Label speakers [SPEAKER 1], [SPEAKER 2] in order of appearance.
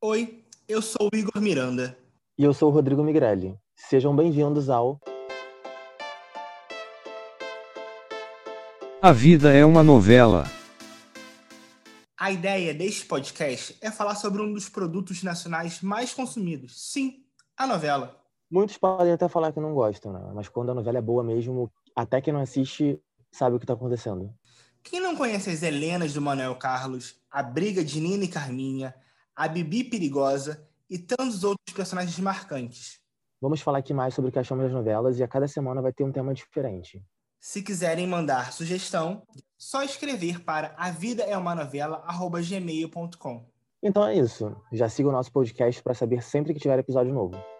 [SPEAKER 1] Oi, eu sou o Igor Miranda.
[SPEAKER 2] E eu sou o Rodrigo Migrelli. Sejam bem-vindos ao
[SPEAKER 3] A vida é uma novela.
[SPEAKER 1] A ideia deste podcast é falar sobre um dos produtos nacionais mais consumidos. Sim, a novela.
[SPEAKER 2] Muitos podem até falar que não gostam, né? Mas quando a novela é boa mesmo, até quem não assiste sabe o que tá acontecendo.
[SPEAKER 1] Quem não conhece as Helenas do Manuel Carlos, a briga de Nina e Carminha, a Bibi Perigosa e tantos outros personagens marcantes.
[SPEAKER 2] Vamos falar aqui mais sobre o que achamos das novelas e a cada semana vai ter um tema diferente.
[SPEAKER 1] Se quiserem mandar sugestão, só escrever para a vida é uma novela@gmail.com.
[SPEAKER 2] Então é isso. Já siga o nosso podcast para saber sempre que tiver episódio novo.